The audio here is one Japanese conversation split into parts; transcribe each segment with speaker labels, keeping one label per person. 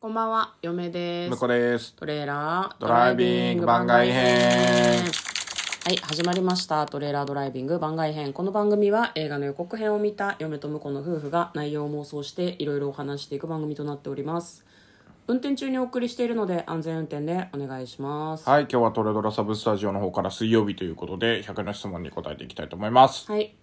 Speaker 1: こんばんは、嫁です。
Speaker 2: 向こうです。
Speaker 1: トレーラード
Speaker 2: ドライビング番外編
Speaker 1: はい、始まりました。トレーラードライビング番外編。この番組は映画の予告編を見た嫁と婿の夫婦が内容を妄想していろいろお話していく番組となっております。運転中にお送りしているので安全運転でお願いします。
Speaker 2: はい、今日はトレドラサブスタジオの方から水曜日ということで、100の質問に答えていきたいと思います。
Speaker 1: はい。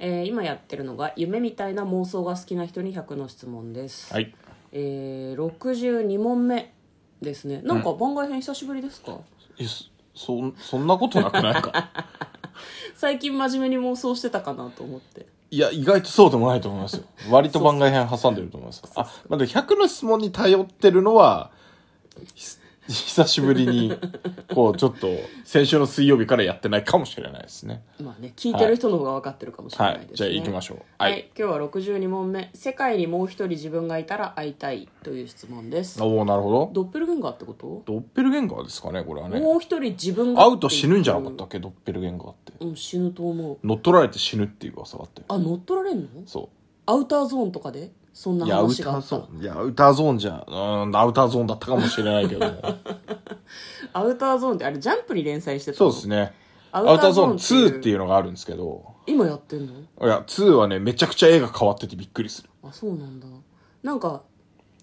Speaker 1: えー今やってるのが夢みたいな妄想が好きな人に100の質問です。
Speaker 2: はい。
Speaker 1: えー、62問目ですね。なんか番外編久しぶりですか、
Speaker 2: え、そ、そそんなことなくな いか
Speaker 1: 最近真面目に妄想してたかなと思って
Speaker 2: いや、意外とそうでもないと思いますよ。割と番外編挟んでると思います。あ、まだ100の質問に頼ってるのは、ひ久しぶりに、こう、ちょっと、先週の水曜日からやってないかもしれないですね。
Speaker 1: まあね聞いてる人の方が分かってるかもしれ
Speaker 2: は
Speaker 1: ない
Speaker 2: い。
Speaker 1: です
Speaker 2: じ
Speaker 1: ね、
Speaker 2: ゃあ行きましょう。
Speaker 1: は、
Speaker 2: はいい。
Speaker 1: 今日は62問目「世界にもう一人自分がいたら会いたい」という質問です
Speaker 2: おおなるほど。
Speaker 1: ドッペルゲンガーってこと、
Speaker 2: ドッペルゲンガーですかね、これはね。
Speaker 1: もう一人自分が
Speaker 2: 会うと死ぬんじゃなかったっけ、ドッペルゲンガーって。
Speaker 1: うん死ぬと思う
Speaker 2: 乗っ取られて死ぬっていう噂があって
Speaker 1: あ乗っ取られんの
Speaker 2: そ
Speaker 1: アウターゾーンとかでそん
Speaker 2: う
Speaker 1: ない
Speaker 2: やアウ
Speaker 1: 話
Speaker 2: タ
Speaker 1: があ
Speaker 2: ー
Speaker 1: っ
Speaker 2: ゾ
Speaker 1: た
Speaker 2: ーンいやアウターゾーンじゃうーんアウターゾーンだったかもしれないけど も
Speaker 1: アウターゾーンってあれジャンプに連載してた
Speaker 2: そう
Speaker 1: の
Speaker 2: ですね
Speaker 1: ア
Speaker 2: アウターゾーン
Speaker 1: 2
Speaker 2: 2っていうのがあるんですけど
Speaker 1: 今やってんの
Speaker 2: いや2はねめちゃくちゃ絵が変わっててびっくりする
Speaker 1: あそうなんだなんか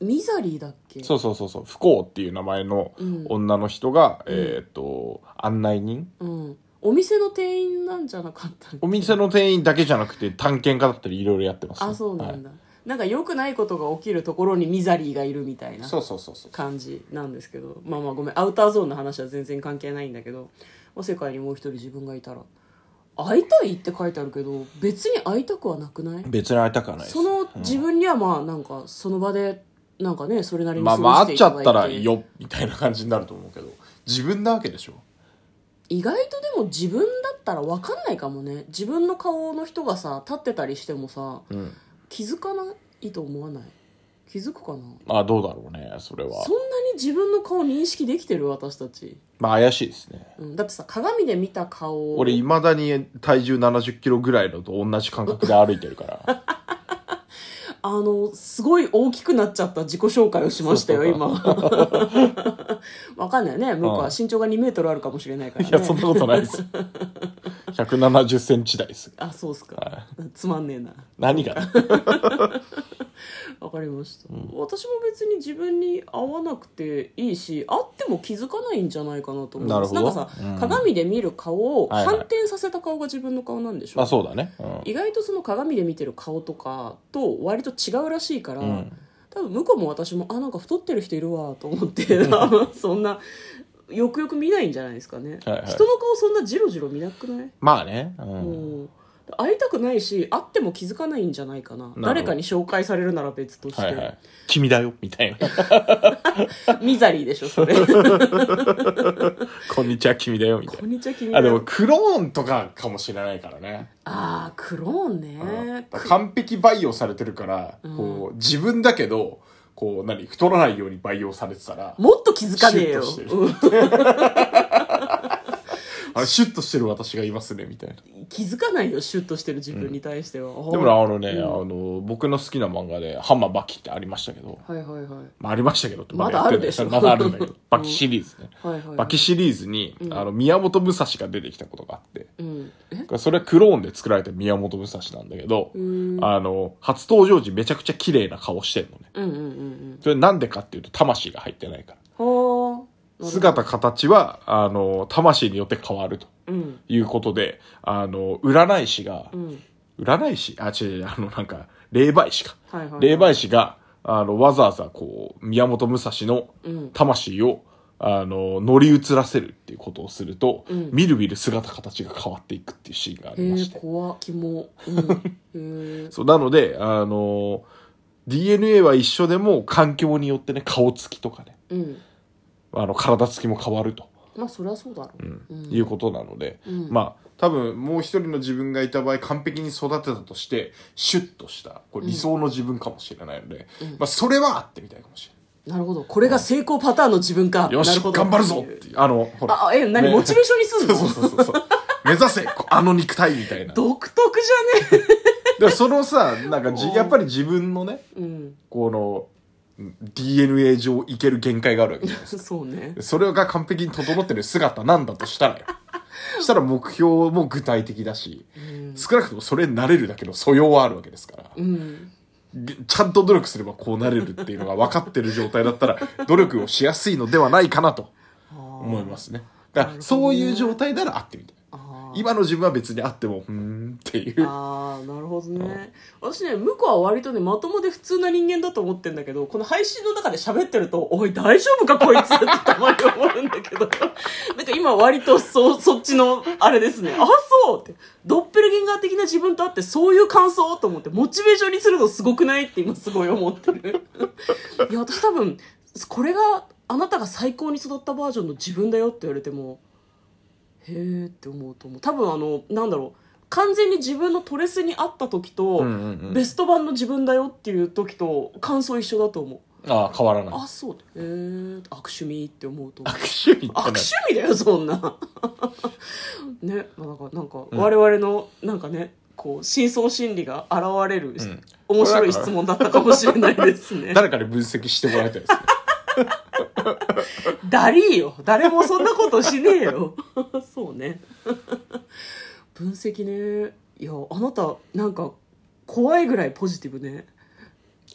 Speaker 1: ミザリーだっけ
Speaker 2: そうそうそうそう不幸っていう名前の女の人が、えーっと案内人
Speaker 1: うん、お店の店員なんじゃなかったっけ
Speaker 2: お店の店員だけじゃなくて探検家だったりいろいろやってますね、
Speaker 1: あそうな
Speaker 2: はい
Speaker 1: んだ、なんか良くないことが起きるところにミザリーがいるみたいな
Speaker 2: そうそうそうそう
Speaker 1: 感じなんですけどまあまあごめんアウターゾーンの話は全然関係ないんだけど「お世界にもう一人自分がいたら会いたい」って書いてあるけど別に会いたくはなくない
Speaker 2: 別に会いたくはないです
Speaker 1: その自分にはまあなんかその場でなんかねそれなりに
Speaker 2: まあ
Speaker 1: 過
Speaker 2: ま
Speaker 1: ご
Speaker 2: あ
Speaker 1: して
Speaker 2: 会っ
Speaker 1: い
Speaker 2: ちゃ
Speaker 1: ただいて、
Speaker 2: ったらよみたいな感じになると思うけど自分なわけでしょ
Speaker 1: 意外とでも自分だったら分かんないかもね自分の顔の人がさ立ってたりしてもさ
Speaker 2: うん
Speaker 1: 気づかないと思わない気づくかな
Speaker 2: まあどうだろうねそれは
Speaker 1: そんなに自分の顔認識できてる私たち、
Speaker 2: まあ怪しいですね
Speaker 1: うん、だってさ鏡で見た顔を
Speaker 2: 俺いまだに体重7 0キロぐらいのと同じ感覚で歩いてるから
Speaker 1: あのすごい大きくなっちゃった自己紹介をしましたよ今 わかんないね向こうは身長が2メートルあるかもしれないから
Speaker 2: いやそ
Speaker 1: ね
Speaker 2: んなことないです1 7 0ンチ台です
Speaker 1: あそうっすかつまんねえな
Speaker 2: 何が
Speaker 1: わかりました、私も別に自分に合わなくていいし会っても気づかないんじゃないかなと思うんです
Speaker 2: なるほど
Speaker 1: んかさ、
Speaker 2: うん
Speaker 1: 鏡で見る顔を
Speaker 2: はいはい
Speaker 1: 反転させた顔が自分の顔なんでしょ、
Speaker 2: まあそうだね、うん
Speaker 1: 意外とその鏡で見てる顔とかと割と違うらしいから、
Speaker 2: うん
Speaker 1: 多分向こうも私もあなんか太ってる人いるわと思って 多分そんなよくよく見ないんじゃないですかね、
Speaker 2: はいはい
Speaker 1: 人の顔そんなジロジロ見なくない、
Speaker 2: まあね、うん
Speaker 1: うん会いたくないし会っても気づかないんじゃないかな
Speaker 2: ど
Speaker 1: 誰かに紹介されるなら別として、
Speaker 2: はいはい君だよみ たいな
Speaker 1: ミザリーでしょ それ
Speaker 2: こんにちは君だよみたい
Speaker 1: こんにちは君
Speaker 2: なあでも
Speaker 1: あ
Speaker 2: クローンとかかもしれないからね
Speaker 1: あークローンね
Speaker 2: うん完璧培養されてるから、こう自分だけどこう何太らないように培養されてたら
Speaker 1: もっと気づかねえよ
Speaker 2: シュッとしてる
Speaker 1: うん
Speaker 2: あれシュッとしてる私がいますねみたいな
Speaker 1: 気づかないよシュッとしてる自分に対しては、
Speaker 2: でもねあのね、あの僕の好きな漫画で「ハンマーバキ」ってありましたけど、
Speaker 1: はいはいはい
Speaker 2: まあ、ありましたけどって
Speaker 1: まだ
Speaker 2: やってん
Speaker 1: あるでしょ
Speaker 2: まだあるんだけ
Speaker 1: う
Speaker 2: ど
Speaker 1: ん
Speaker 2: バキシリーズね、
Speaker 1: はいはいはい
Speaker 2: バキシリーズに、あの宮本武蔵が出てきたことがあって
Speaker 1: うん、え
Speaker 2: それはクローンで作られた宮本武蔵なんだけど、あの初登場時めちゃくちゃ綺麗な顔してるのね
Speaker 1: うんうんうんうん
Speaker 2: それなんでかっていうと魂が入ってないから
Speaker 1: はあ
Speaker 2: 姿形はあの魂によって変わると
Speaker 1: うん
Speaker 2: いうことであの占い師が、
Speaker 1: うん
Speaker 2: 占い師あ違う違うあのなんか霊媒師か
Speaker 1: はいはいはい
Speaker 2: 霊媒師があのわざわざこう宮本武蔵の
Speaker 1: うん
Speaker 2: 魂をあの乗り移らせるっていうことをすると、
Speaker 1: うん
Speaker 2: みるみる姿形が変わっていくっていうシーンがありま
Speaker 1: へえ
Speaker 2: して
Speaker 1: 怖キモ、 うん、へえ
Speaker 2: そうなのであの DNA は一緒でも環境によってね顔つきとかね
Speaker 1: うん
Speaker 2: あの体つきも変わると、
Speaker 1: まあそりゃそうだろう、うん
Speaker 2: いうことなので、
Speaker 1: ん
Speaker 2: まあ多分もう一人の自分がいた場合完璧に育てたとしてシュッとしたこれ理想の自分かもしれないので、まあ、それはあってみたいかもしれな
Speaker 1: な
Speaker 2: い。
Speaker 1: るほどこれが成功パターンの自分か
Speaker 2: よ
Speaker 1: な
Speaker 2: し
Speaker 1: るほど
Speaker 2: 頑張るぞっていうあのほら
Speaker 1: あえ何、
Speaker 2: ね
Speaker 1: モチベーションにすんの
Speaker 2: そうそうそうそう 目指せこあの肉体みたいな
Speaker 1: 独特じゃね
Speaker 2: でそのさなんかじやっぱり自分のね
Speaker 1: え、うん
Speaker 2: この DNA 上いける限界があるわけじゃないです
Speaker 1: そうね
Speaker 2: かそれが完璧に整ってる姿なんだとした らよしたら目標も具体的だし、少なくともそれになれるだけの素養はあるわけですから、
Speaker 1: うん
Speaker 2: でちゃんと努力すればこうなれるっていうのが分かってる状態だったら努力をしやすいのではないかなと思いますねだからそういう状態なら合ってみたい
Speaker 1: あー
Speaker 2: 今の自分は別にあってもうーんっていう
Speaker 1: あーなるほどね私ね向こうは割とねまともで普通な人間だと思ってんだけどこの配信の中で喋ってると「おい大丈夫かこいつ」ってたまに思うんだけどなんか今割とそそっちのあれですね「あそう」ってドッペルゲンガー的な自分と会ってそういう感想と思ってモチベーションにするのすごくないって今すごい思ってるいや私多分これがあなたが最高に育ったバージョンの自分だよって言われてもへえって思うと思う多分あのなんだろう完全に自分のトレスに合った時と、
Speaker 2: うんうんうん
Speaker 1: ベスト版の自分だよっていう時と感想一緒だと思う
Speaker 2: ああ変わらない
Speaker 1: あそうへえ悪趣味って思うと思う
Speaker 2: 握手に行っ
Speaker 1: 悪
Speaker 2: てない
Speaker 1: 趣味だよそんな ねまあなんかなんか我々のなんかねこう深層心理が現れる、
Speaker 2: ん
Speaker 1: 面白い質問だったかもしれないです ね
Speaker 2: 誰かに分析してもらいたいですね
Speaker 1: ダリーよ誰もそんなことしねえよ そうね分析ねいやあなたなんか怖いぐらいポジティブね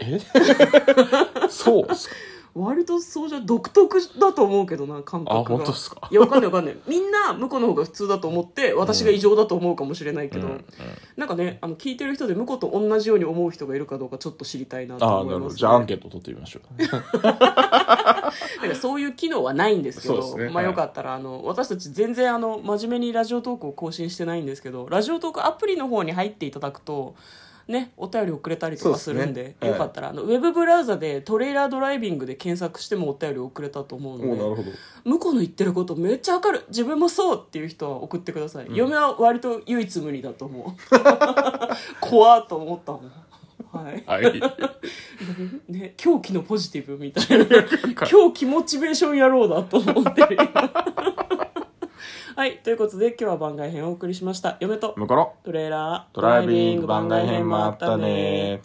Speaker 2: え そうっすか
Speaker 1: 割とそうじゃ独特だと思うけどな感覚が
Speaker 2: あ本当っすか
Speaker 1: いやわかんないわかんないみんな向こうの方が普通だと思って私が異常だと思うかもしれないけど、
Speaker 2: うんうん
Speaker 1: なんかねあの聞いてる人で向こうと同じように思う人がいるかどうかちょっと知りたいなと
Speaker 2: ああ
Speaker 1: 思
Speaker 2: ないる
Speaker 1: ま
Speaker 2: ほ
Speaker 1: す、ね、
Speaker 2: どじゃあアンケート取ってみましょう
Speaker 1: なんかそういう機能はないんですけど
Speaker 2: そうです
Speaker 1: ま
Speaker 2: ね
Speaker 1: あ、
Speaker 2: はい
Speaker 1: よかったらあの私たち全然あの真面目にラジオトークを更新してないんですけどラジオトークアプリの方に入っていただくと、ね、お便りをくれたりとかするんで
Speaker 2: そうですねは
Speaker 1: よ
Speaker 2: い
Speaker 1: かったらあのウェブブラウザでトレーラードライビングで検索してもお便りをくれたと思う
Speaker 2: おうな
Speaker 1: の
Speaker 2: る
Speaker 1: で
Speaker 2: ほど
Speaker 1: 向こうの言ってることめっちゃわかる自分もそうっていう人は送ってください、嫁は割と唯一無二だと思う 怖っと思ったもんはい
Speaker 2: はい
Speaker 1: ね、狂気のポジティブみたいな狂気モチベーションやろうだと思ってる 今はいということで今日は番外編をお送りしました嫁と
Speaker 2: 向こうの
Speaker 1: トレーラー
Speaker 2: ドライビング番外編もあったね